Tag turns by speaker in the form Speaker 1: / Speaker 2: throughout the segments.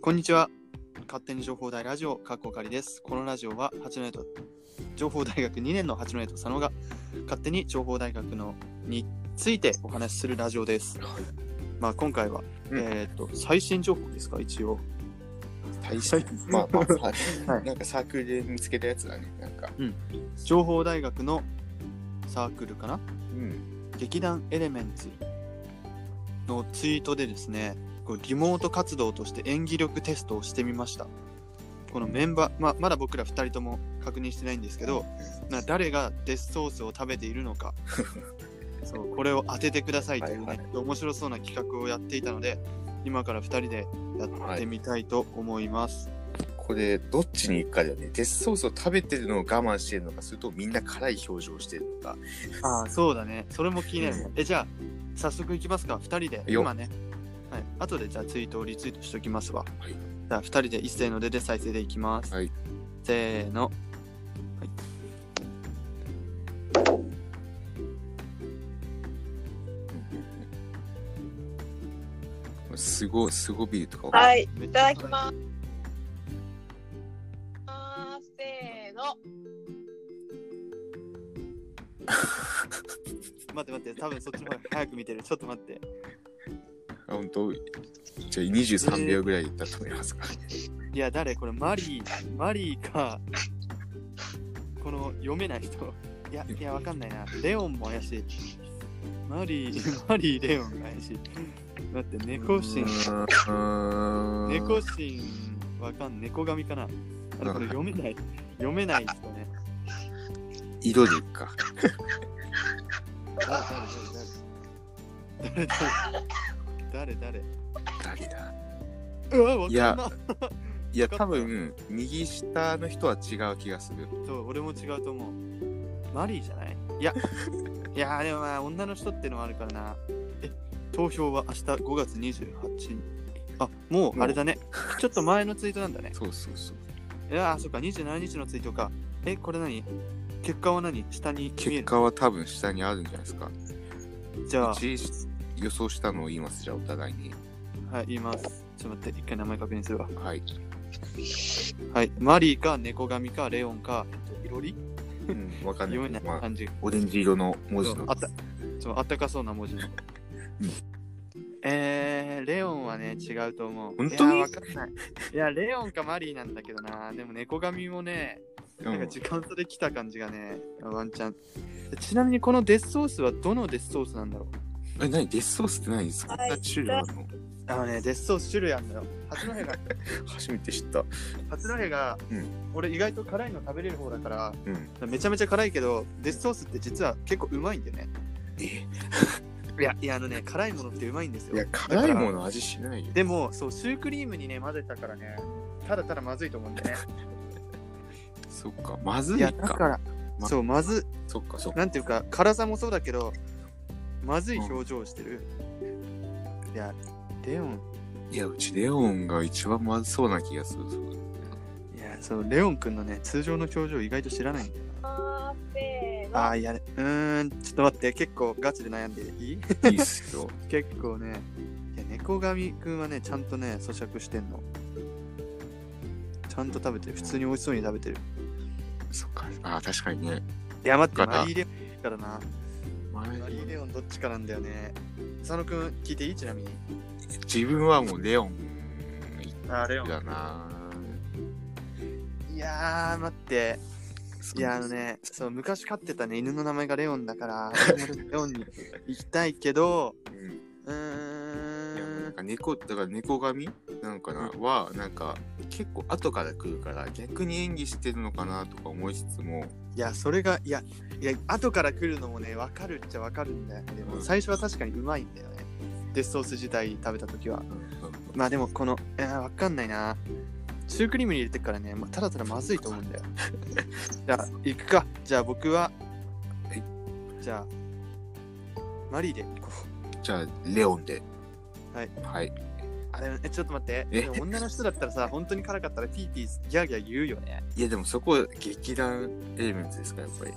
Speaker 1: こんにちは。勝手に情報大ラジオ、かっこかりです。このラジオは、八戸と、情報大学2年の八戸と佐野が、勝手に情報大学のについてお話しするラジオです。まあ、今回は、
Speaker 2: うん
Speaker 1: えっと、最新情報ですか、一応。
Speaker 2: 大社 まあまあ、
Speaker 1: はい
Speaker 2: なんかサークルで見つけたやつだね。なんか、
Speaker 1: 情報大学のサークルかな
Speaker 2: うん。
Speaker 1: 劇団エレメンツのツイートでですね、こうリモート活動として演技力テストをしてみました。このメンバー、まあ、まだ僕ら2人とも確認してないんですけど、な誰がデスソースを食べているの か、そうこれを当ててくださいという、ね
Speaker 2: はい
Speaker 1: 面白そうな企画をやっていたので、今から2人でやってみたいと思います。
Speaker 2: これ、どっちに行くかだよね。デスソースを食べてるのを我慢してるのか、それともみんな辛い表情をしてるのか。
Speaker 1: ああ、そうだね。それも気になるね。
Speaker 2: う
Speaker 1: え、じゃあ、早速いきますか。2人で。
Speaker 2: よ
Speaker 1: 今ね。はい。後でじゃあツイートをリツイートしておきますわ。
Speaker 2: はい
Speaker 1: じゃあ、2人で一斉の出で再生でいきます。
Speaker 2: はい
Speaker 1: せーの。
Speaker 2: すごい、すごビールとかわかんな。
Speaker 3: はいい、
Speaker 1: めっ
Speaker 3: い
Speaker 1: ち
Speaker 3: た
Speaker 1: ゃ
Speaker 3: だきます。あーせーの。
Speaker 1: 待って待って、多分そっちの方が早く見てる。ちょっと待って。
Speaker 2: あ本当じゃあ23秒ぐらいだと思いますか。
Speaker 1: いや、誰これ、マリー、マリーか、この読めない人。いや、いや、わかんないな。レオンも怪しい。マリー、マリー、レオンが怪しい。待って、 猫神、猫
Speaker 2: 猫
Speaker 1: 神、わかん、猫神かな。あれこれ読めない。読めない人ね。
Speaker 2: 色でいくか。
Speaker 1: 誰、誰、誰、誰、
Speaker 2: 誰だ
Speaker 1: 誰。うわ、わ
Speaker 2: い
Speaker 1: か
Speaker 2: や
Speaker 1: んない
Speaker 2: や、多分、右下の人は違う気がする。
Speaker 1: そう、俺も違うと思う。マリーじゃないいや、いやーでもまあ、女の人ってのはあるからな。え、投票は明日5月28日。あ、もうあれだね。ちょっと前のツイートなんだね。
Speaker 2: そうそうそう。
Speaker 1: いやー、そっか、27日のツイートか。え、これ何結果は何下に見え
Speaker 2: 結
Speaker 1: る。
Speaker 2: 果は多分下にあるんじゃないですか。
Speaker 1: じゃあ、
Speaker 2: 一予想したのを言います、じゃあお互いに。
Speaker 1: はい、言います。ちょっと待って、一回名前確認するわ。
Speaker 2: はい。
Speaker 1: はい、マリーか、猫髪か、レオンか、えっと、いろり
Speaker 2: うん、わかん
Speaker 1: 読めな
Speaker 2: ないけ
Speaker 1: い
Speaker 2: ど。まあ、
Speaker 1: 感じ。
Speaker 2: オレンジ色の文字
Speaker 1: そう
Speaker 2: の。
Speaker 1: あったそうあったかそうな文字のえー、レオンはね違うと思う
Speaker 2: 本当に
Speaker 1: いやわかんないいやレオンかマリーなんだけどなでも猫髪もね
Speaker 2: う
Speaker 1: なんか
Speaker 2: ん、
Speaker 1: 時間差で来た感じがねワンチャンちなみにこのデスソースはどのデスソースなんだろう
Speaker 2: え、何デスソースって何そんな種類あるの
Speaker 1: あのねデスソース種類あるんだよ八戸が
Speaker 2: 初めて知った。
Speaker 1: 八戸が、
Speaker 2: うん
Speaker 1: 俺意外と辛いの食べれる方だから
Speaker 2: うん。
Speaker 1: めちゃめちゃ辛いけどデスソースって実は結構うまいんだよね
Speaker 2: え
Speaker 1: いやいやあのね辛いものってうまいんですよ
Speaker 2: いや、辛いもの味しないよ。
Speaker 1: でもそうシュークリームにね混ぜたからねただただまずいと思うんだよね
Speaker 2: そっか、まず
Speaker 1: い
Speaker 2: い
Speaker 1: や
Speaker 2: か。
Speaker 1: だから、
Speaker 2: ま
Speaker 1: そうまず
Speaker 2: そっか、そっか。
Speaker 1: なんていうか辛さもそうだけどまずい表情をしてる、いやレオン
Speaker 2: いや、うちレオンが一番まずそうな気がする。
Speaker 1: いやそうレオンくんのね通常の表情意外と知らないんだよ
Speaker 3: あーせーの。
Speaker 1: ああいやうーんちょっと待って結構ガチで悩んでいい
Speaker 2: いいっすよ。
Speaker 1: 結構ねいや猫神くんはねちゃんとね咀嚼してんのちゃんと食べてる普通に美味しそうに食べてる
Speaker 2: そっか。あー、確かにね。
Speaker 1: いや待って
Speaker 2: また
Speaker 1: マリーレオンからな
Speaker 2: 前
Speaker 1: マリー・レオンどっちかなんだよね。佐野くん聞いていいちなみに。
Speaker 2: 自分はもうレオン
Speaker 1: あ、レ
Speaker 2: だな。
Speaker 1: いやー、待って。いや、あの。ね、そう、昔飼ってたね、犬の名前がレオンだから、俺もレオンに行きたいけど、う
Speaker 2: うんいやな
Speaker 1: ー
Speaker 2: ん
Speaker 1: ん。
Speaker 2: か猫だから猫髪なんかな、はなんか結構後から来るから逆に演技してるのかなとか思いつつも
Speaker 1: いや、それが、いや、いや、後から来るのもね、わかるっちゃわかるんだよね。で
Speaker 2: う
Speaker 1: も、
Speaker 2: ん
Speaker 1: 最初は確かにうまいんだよね。デスソース自体食べたときは。まあでも、この、いやー、わかんないな。シュークリームに入れてっからね、まあただただまずいと思 うんだよ。じゃあ、行くか。じゃあ、僕は、
Speaker 2: はい
Speaker 1: じゃあ、マリーで行こ
Speaker 2: じゃあレオンでは
Speaker 1: はい、
Speaker 2: はい、
Speaker 1: う。あ、でも、えちょっと待って。
Speaker 2: え
Speaker 1: でも女の人だったらさ、本当に辛かったら、ピーピーギャーギャー言うよね。
Speaker 2: いやでもそこ劇団エレメンツですかやっぱり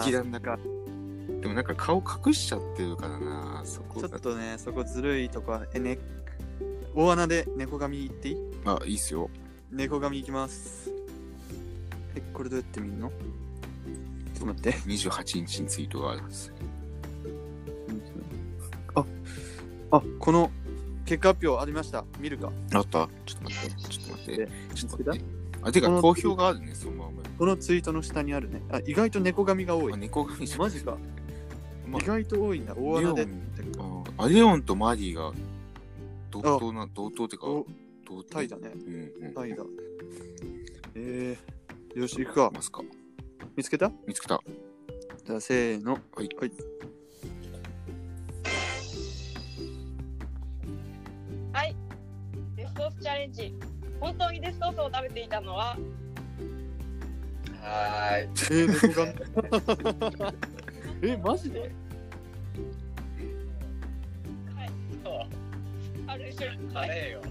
Speaker 2: 劇団だからでもなんか顔隠しちゃってるからなそこ
Speaker 1: ちょ
Speaker 2: が
Speaker 1: っとね、そこずるいとこは、え、ね、大穴で猫髪言っていい
Speaker 2: あ、いいっすよ。
Speaker 1: 猫髪いきます。え、これどうやって見んのちょっと待って。
Speaker 2: 28日にツイートがあります。
Speaker 1: あ、あ、この結果発表ありました。見るか。
Speaker 2: あったちょっと待って。ちょっと待って。ちょっと待って。あ、て
Speaker 1: こ
Speaker 2: か、
Speaker 1: の
Speaker 2: 好評があるね、そのまま。
Speaker 1: このツイートの下にあるね。あ、意外と猫髪が多い
Speaker 2: あ、。猫神じゃん
Speaker 1: マジか。
Speaker 2: ま
Speaker 1: 意外と多いんだ。大
Speaker 2: レ
Speaker 1: 穴
Speaker 2: オン
Speaker 1: で。
Speaker 2: ああレオンとマリーが同等な、同等ってか、
Speaker 1: お、
Speaker 2: 同等。
Speaker 1: タイだね。
Speaker 2: うんうん。
Speaker 1: タイだ
Speaker 2: 行。
Speaker 1: えー、よし、行くか
Speaker 2: き。ますか。
Speaker 1: 見つけた
Speaker 2: 見つけた。
Speaker 1: じゃあ、せーの。
Speaker 2: はい。
Speaker 1: はい。
Speaker 3: はい。デスソースチャレンジ。本当にデスソースを食べていたのは、
Speaker 4: はーい。
Speaker 1: えー、猫髪。 え、マジで
Speaker 3: はい。ある種、
Speaker 4: カ
Speaker 3: はい。
Speaker 4: レーよ。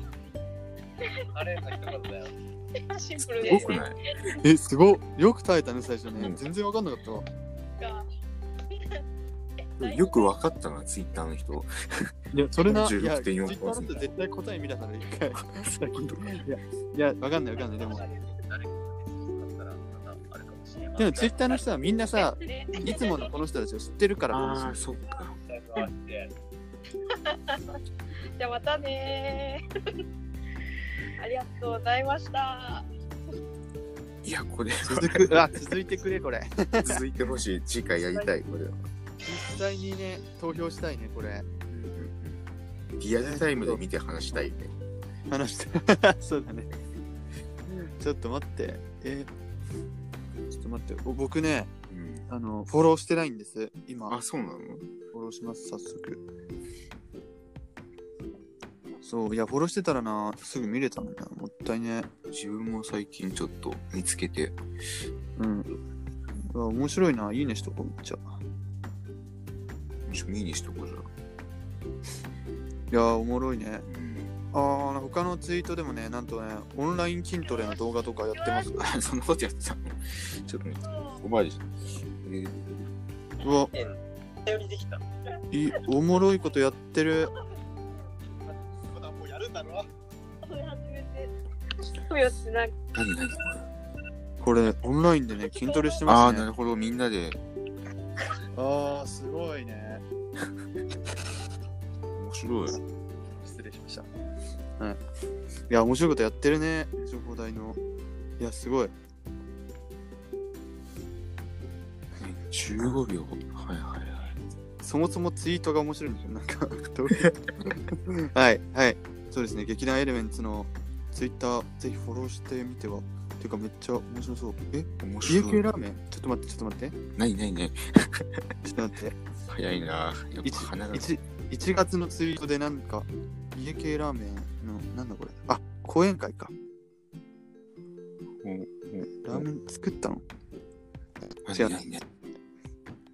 Speaker 4: カレーの一言だよ。
Speaker 3: シンプル
Speaker 2: す
Speaker 3: で
Speaker 2: ご
Speaker 3: す
Speaker 2: く
Speaker 3: ね。
Speaker 2: ない
Speaker 1: え、すごっ。よく耐えたね、最初ね。
Speaker 2: うん
Speaker 1: 全然わかんなかったわ。
Speaker 2: よくわかったな、ツイッターの人。
Speaker 1: いや、それな、いや、ツイッ
Speaker 2: 16.4%
Speaker 1: ターだって絶対答え見たから一回。いや、いや、わかんないわかんない。でも、
Speaker 4: 誰かが別に使ったらまたあるかもしれない。
Speaker 1: でもツイッターの人はみんなさ、
Speaker 3: ね
Speaker 1: いつものこの人たちを知ってるからかもしれ
Speaker 2: あ
Speaker 1: な
Speaker 2: あ、
Speaker 1: い。
Speaker 2: そっか。
Speaker 3: じゃあまたねー。ありがとうございました。
Speaker 2: いや、これ
Speaker 1: 続く、あ、続いてくれ、これ。
Speaker 2: 続いてほしい。次回やりたい、これは。
Speaker 1: 実際にね、投票したいね、これ。
Speaker 2: リアルタイムで見て話したいね。
Speaker 1: 話した。 そうだね。ちょっと待って。えーちょっと待って。お僕ね、
Speaker 2: うん、
Speaker 1: あの、フォローしてないんです。今、
Speaker 2: あ、そうなの
Speaker 1: フォローします、早速。そう、いや、フォローしてたらな、すぐ見れたのにな。もったいね。
Speaker 2: 自分も最近ちょっと見つけて。
Speaker 1: うん。うわ面白いな。いいねしとこう、めっちゃ。
Speaker 2: 2位にしとこうじゃ
Speaker 1: いやー、おもろいね。
Speaker 2: ん。
Speaker 1: あー、他のツイートでもね、なんとね、オンライン筋トレの動画とかやってます。
Speaker 2: うん、そんなことやってたのちょっとね、おばあちゃん。えー
Speaker 1: うわ、
Speaker 4: 頼りできた。
Speaker 1: いい、おもろいことやってる。
Speaker 4: 普段もうやるんだろ。
Speaker 3: 初めて。そうよってなんか
Speaker 2: 何何
Speaker 1: これ、オンラインでね、筋トレして
Speaker 2: あ
Speaker 1: ま
Speaker 2: あ、
Speaker 1: す
Speaker 2: な
Speaker 1: ね。
Speaker 2: るほど。みんなで
Speaker 1: あー、すごいね。
Speaker 2: 面白い。
Speaker 1: 失礼しました。はい。いや、面白いことやってるね、情報台の。いや、すごい。
Speaker 2: 15秒。はいはいはい。
Speaker 1: そもそもツイートが面白いんですよ。なんか、どういう はい、はい。そうですね、劇団エレメンツのツイッター、ぜひフォローしてみては。ていうか、めっちゃ面白そう。え
Speaker 2: 面
Speaker 1: 家系
Speaker 2: 白い。
Speaker 1: ラーメンちょっと待って、ちょっと待って。
Speaker 2: 何何何
Speaker 1: ちょっと待って。
Speaker 2: 早いな。やっぱ鼻が。
Speaker 1: 1, 1月のツイートでなんか、家系ラーメンの、なんだこれ。あ、講演会か。ラーメン作ったの違う
Speaker 2: 何何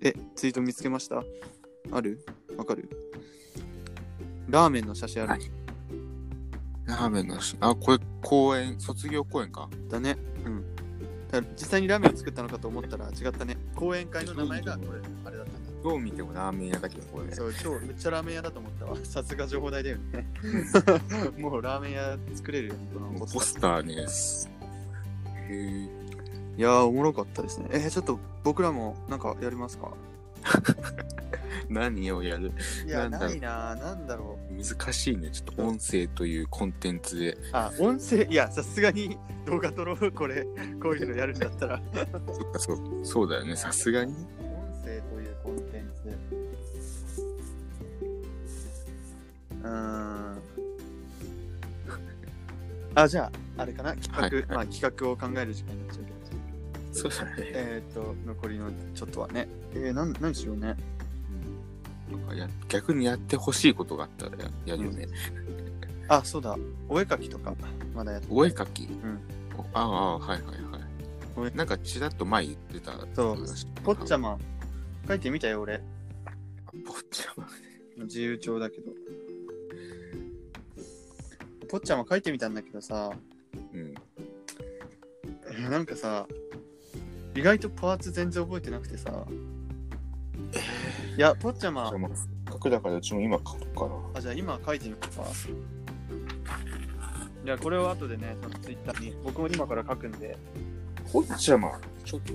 Speaker 1: え、ツイート見つけましたあるわかるラーメンの写真あ
Speaker 2: は
Speaker 1: る
Speaker 2: ラーメンのし、あ、これ公演、卒業公演か。
Speaker 1: だね。うん。だから実際にラーメンを作ったのかと思ったら違ったね。講演会の名前がこれ、あれだったんだ。
Speaker 2: どう見てもラーメン屋だけど、これ。
Speaker 1: そう、今日めっちゃラーメン屋だと思ったわ。 さすが情報台だよ ね。もうラーメン屋作れるよ、この
Speaker 2: もう
Speaker 1: ポ
Speaker 2: ポ
Speaker 1: ス
Speaker 2: ス
Speaker 1: ター
Speaker 2: ターね。すへえ。
Speaker 1: いやー、おもろかったですね。えーちょっと僕らもなんかやりますか
Speaker 2: 何をやる
Speaker 1: い
Speaker 2: やない
Speaker 1: なー、なんだろう。
Speaker 2: 難しいね。ちょっと音声というコンテンツで。
Speaker 1: あ、音声、いや、さすがに 動画撮ろう、これ、こういうのやるんだったら。
Speaker 2: そっか、そう、そうだよね。さすがに。
Speaker 1: 音声というコンテンツ。うー ん。あ、じゃあ、あれかな企画、
Speaker 2: はいはい
Speaker 1: まあ企画を考える時間になっちゃうけど。
Speaker 2: そうだね。
Speaker 1: えーっ、と、残りのちょっとはね。えー、なん、何しようね。
Speaker 2: なんかや逆にやってほしいことがあったらややるよね。
Speaker 1: あ、そうだ。お絵描きとか、まだやって
Speaker 2: お絵描き。
Speaker 1: ん
Speaker 2: おああ、はいはい
Speaker 1: お
Speaker 2: は
Speaker 1: 絵
Speaker 2: い。なんかちらっと前言ってた
Speaker 1: そう
Speaker 2: 話。
Speaker 1: ポッチャマン、描いてみたよ、俺。
Speaker 2: ポッチャマン。
Speaker 1: 自由帳だけど。ポッチャマン描いてみたんだけどさ、
Speaker 2: うん。
Speaker 1: なんかさ、意外とパーツ全然覚えてなくてさ。いや、ポッチャマン、
Speaker 2: まあ、せっかくだからうちも今書くから。
Speaker 1: あ、じゃあ今書いてみてさ。じゃあこれを後でね、そのツイッターに、僕も今から書くんで、
Speaker 2: ほっちゃま、ちょっと、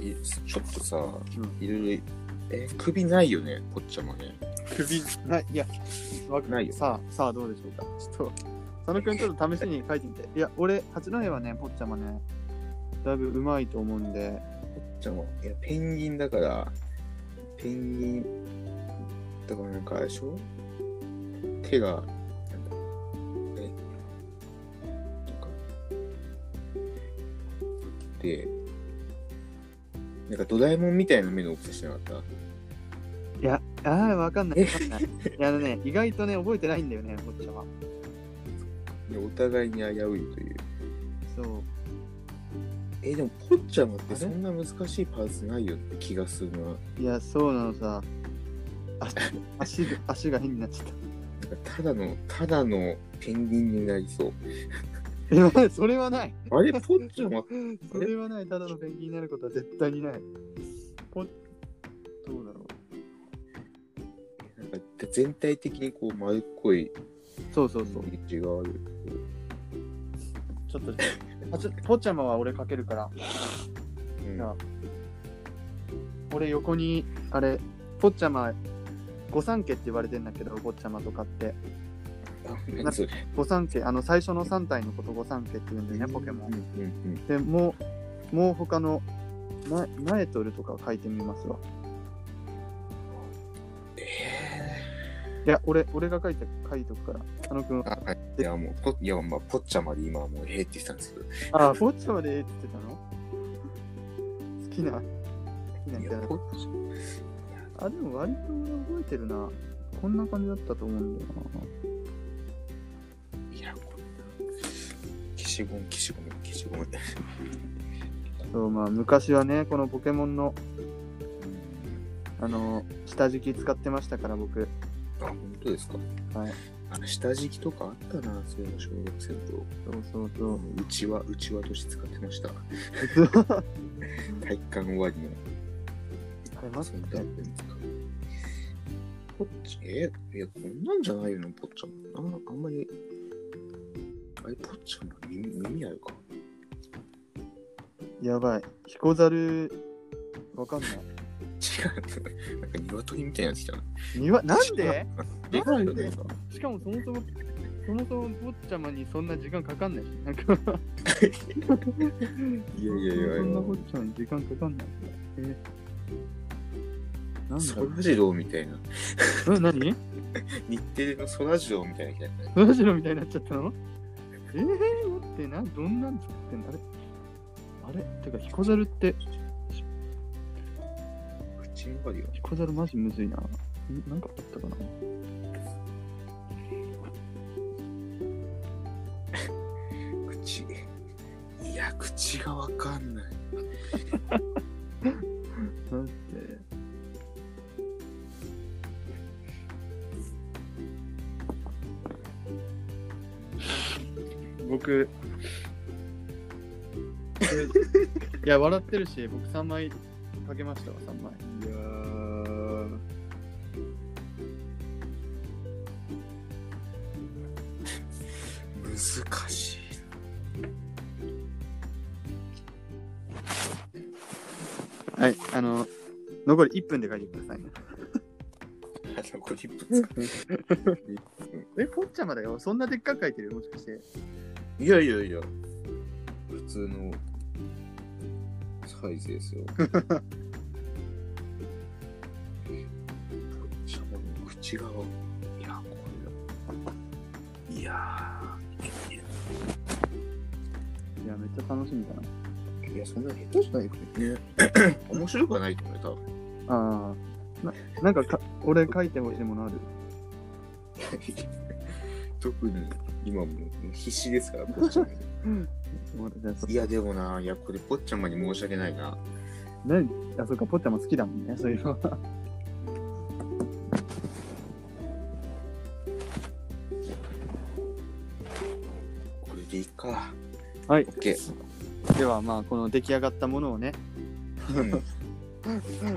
Speaker 2: いちょっとさ、
Speaker 1: ん
Speaker 2: いろいろ、え、首ないよね、ほっちゃまね。
Speaker 1: 首、ない、いや、わか
Speaker 2: ないよ
Speaker 1: さあ、さあどうでしょうか。ちょっと、佐野くんちょっと試しに書いてみて。いや、俺、八戸はね、ぽっちゃまね、だいぶうまいと思うんで、
Speaker 2: ほっちゃま、いや、ペンギンだから、ペンギン、だからなんかあれでしょ手が、なんか、え、なんか、で、なんかドラえもんみたいな目の大きさしてなかった
Speaker 1: いや、ああ、わかんない、わかんない。いや、あのね、意外とね、覚えてないんだよね、ぽっちゃま。
Speaker 2: でお互いに危ういという。
Speaker 1: そう。
Speaker 2: え、でも、ポッチャマっ
Speaker 1: あれ
Speaker 2: てそんな難しいパーツないよって気がするな。なんか
Speaker 1: いや、そうなのさ。足足が足が変になっちゃった。
Speaker 2: ただの、ただのペンギンになりそう。
Speaker 1: え待って、それはない。
Speaker 2: あれ、ポッチャマって、
Speaker 1: それはない。ただのペンギンになることは絶対にない。ぽどうだろ。
Speaker 2: なんか全体的にこう丸っこいう
Speaker 1: そうそうそう。
Speaker 2: 感じがある。
Speaker 1: ちょっと、あちょぽっちゃまは俺かけるから。
Speaker 2: うん、
Speaker 1: な俺横に、あれ、ぽっちゃま、御三家って言われてんだけど、ぽっちゃまとかって。
Speaker 2: 何それ。
Speaker 1: 御三家、あの、最初の3体のこと御三家って言うんだよね、ポケモ
Speaker 2: うん
Speaker 1: ン。
Speaker 2: うん
Speaker 1: でもう、もう他の、なナエトルとかを書いてみますわ。いや、俺、俺が書いて、書いとくから。佐野くん
Speaker 2: うん。。あはいいや、もう、ポいや、まあ、ポッチャマで今はもう、ええって言ってたんですけど。
Speaker 1: あ、ポッチャまでええって言ってたの好きな、好きなみ
Speaker 2: い
Speaker 1: たい
Speaker 2: や、
Speaker 1: な
Speaker 2: ポ。ッチャ
Speaker 1: あ、でも割と俺覚えてるな。こんな感じだったと思うんだよ
Speaker 2: いや、こんな。消しゴム、消しゴム、消しゴム。
Speaker 1: な。そう、まあ、昔はね、このポケモンの、あの、下敷き使ってましたから、僕。
Speaker 2: あ、本当ですか。
Speaker 1: はい。
Speaker 2: あの、下敷きとかあったな、そういうの、小学生の頃。
Speaker 1: そうそうそうう。
Speaker 2: んうちわ、うちわとして使ってました。体育館終わりの。
Speaker 1: あれ、マジ
Speaker 2: 遊ん だんですかポッチ、えいや、こんなんじゃないよな、ポッチャマ。ああんまり。あれ、ポッチャマ、耳、耳あるか。
Speaker 1: やばい。ヒコザル、わかんない。
Speaker 2: 違う。なん か、鶏みたいなやつ来たな。
Speaker 1: 庭、なんで
Speaker 2: でかいよね。
Speaker 1: しかもそもそも、そもそも坊ちゃまにそんな時間かかんないし、なんか、
Speaker 2: いやいやいや、
Speaker 1: そんな
Speaker 2: も
Speaker 1: 坊
Speaker 2: う
Speaker 1: ちゃまに時間かかんない。えなんだ
Speaker 2: そ
Speaker 1: ろう
Speaker 2: らジローみたいな。
Speaker 1: うん何
Speaker 2: 日テレのそらジローみたいな人やったね。
Speaker 1: そらジローみたいになっちゃったのえー、待って、な、どんなん作ってんのあれあれてか、ヒコザルって、
Speaker 2: 口のりは。
Speaker 1: ヒコザルマジむずいな。んなんかあったかな
Speaker 2: 口。いや、口がわかんない。
Speaker 1: 待って。僕、 いや、笑ってるし、僕3枚かけましたわ、3枚。
Speaker 2: いやー難しい
Speaker 1: はい、あの、残り1分で書いてくださいね。
Speaker 2: な。残り1分
Speaker 1: え、ポッチャマだよ。そんなでっかく書いてるもしかして。
Speaker 2: いやいやいや、普通のサイズです よ。こっちはもう口が、いや、これだ。いや
Speaker 1: いや、めっちゃ楽しみだな。
Speaker 2: ー、いや、そんな下手じゃないよね。面白くはないと思うよ、多分。
Speaker 1: ああ、ななんかか、俺書いてほしいものある。
Speaker 2: 特に今もう必死ですから、ポッチャマに
Speaker 1: 待ってじゃあそ
Speaker 2: いや、でもな、いや、これポッチャマに申し訳ないな。
Speaker 1: 何あ、そっか、ポッチャマ好きだもんね、そういうの。
Speaker 2: これでいいか。
Speaker 1: はい
Speaker 2: オ。ッケ
Speaker 1: では、まあ、この出来上がったものをね、
Speaker 2: ー。うん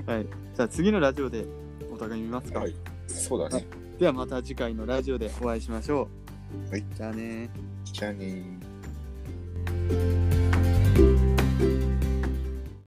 Speaker 1: はい。じゃあ、次のラジオでお互い見ますか。
Speaker 2: はい。そうだね。
Speaker 1: では、また次回のラジオでお会いしましょう。
Speaker 2: はい
Speaker 1: じゃあね
Speaker 2: じゃあねー。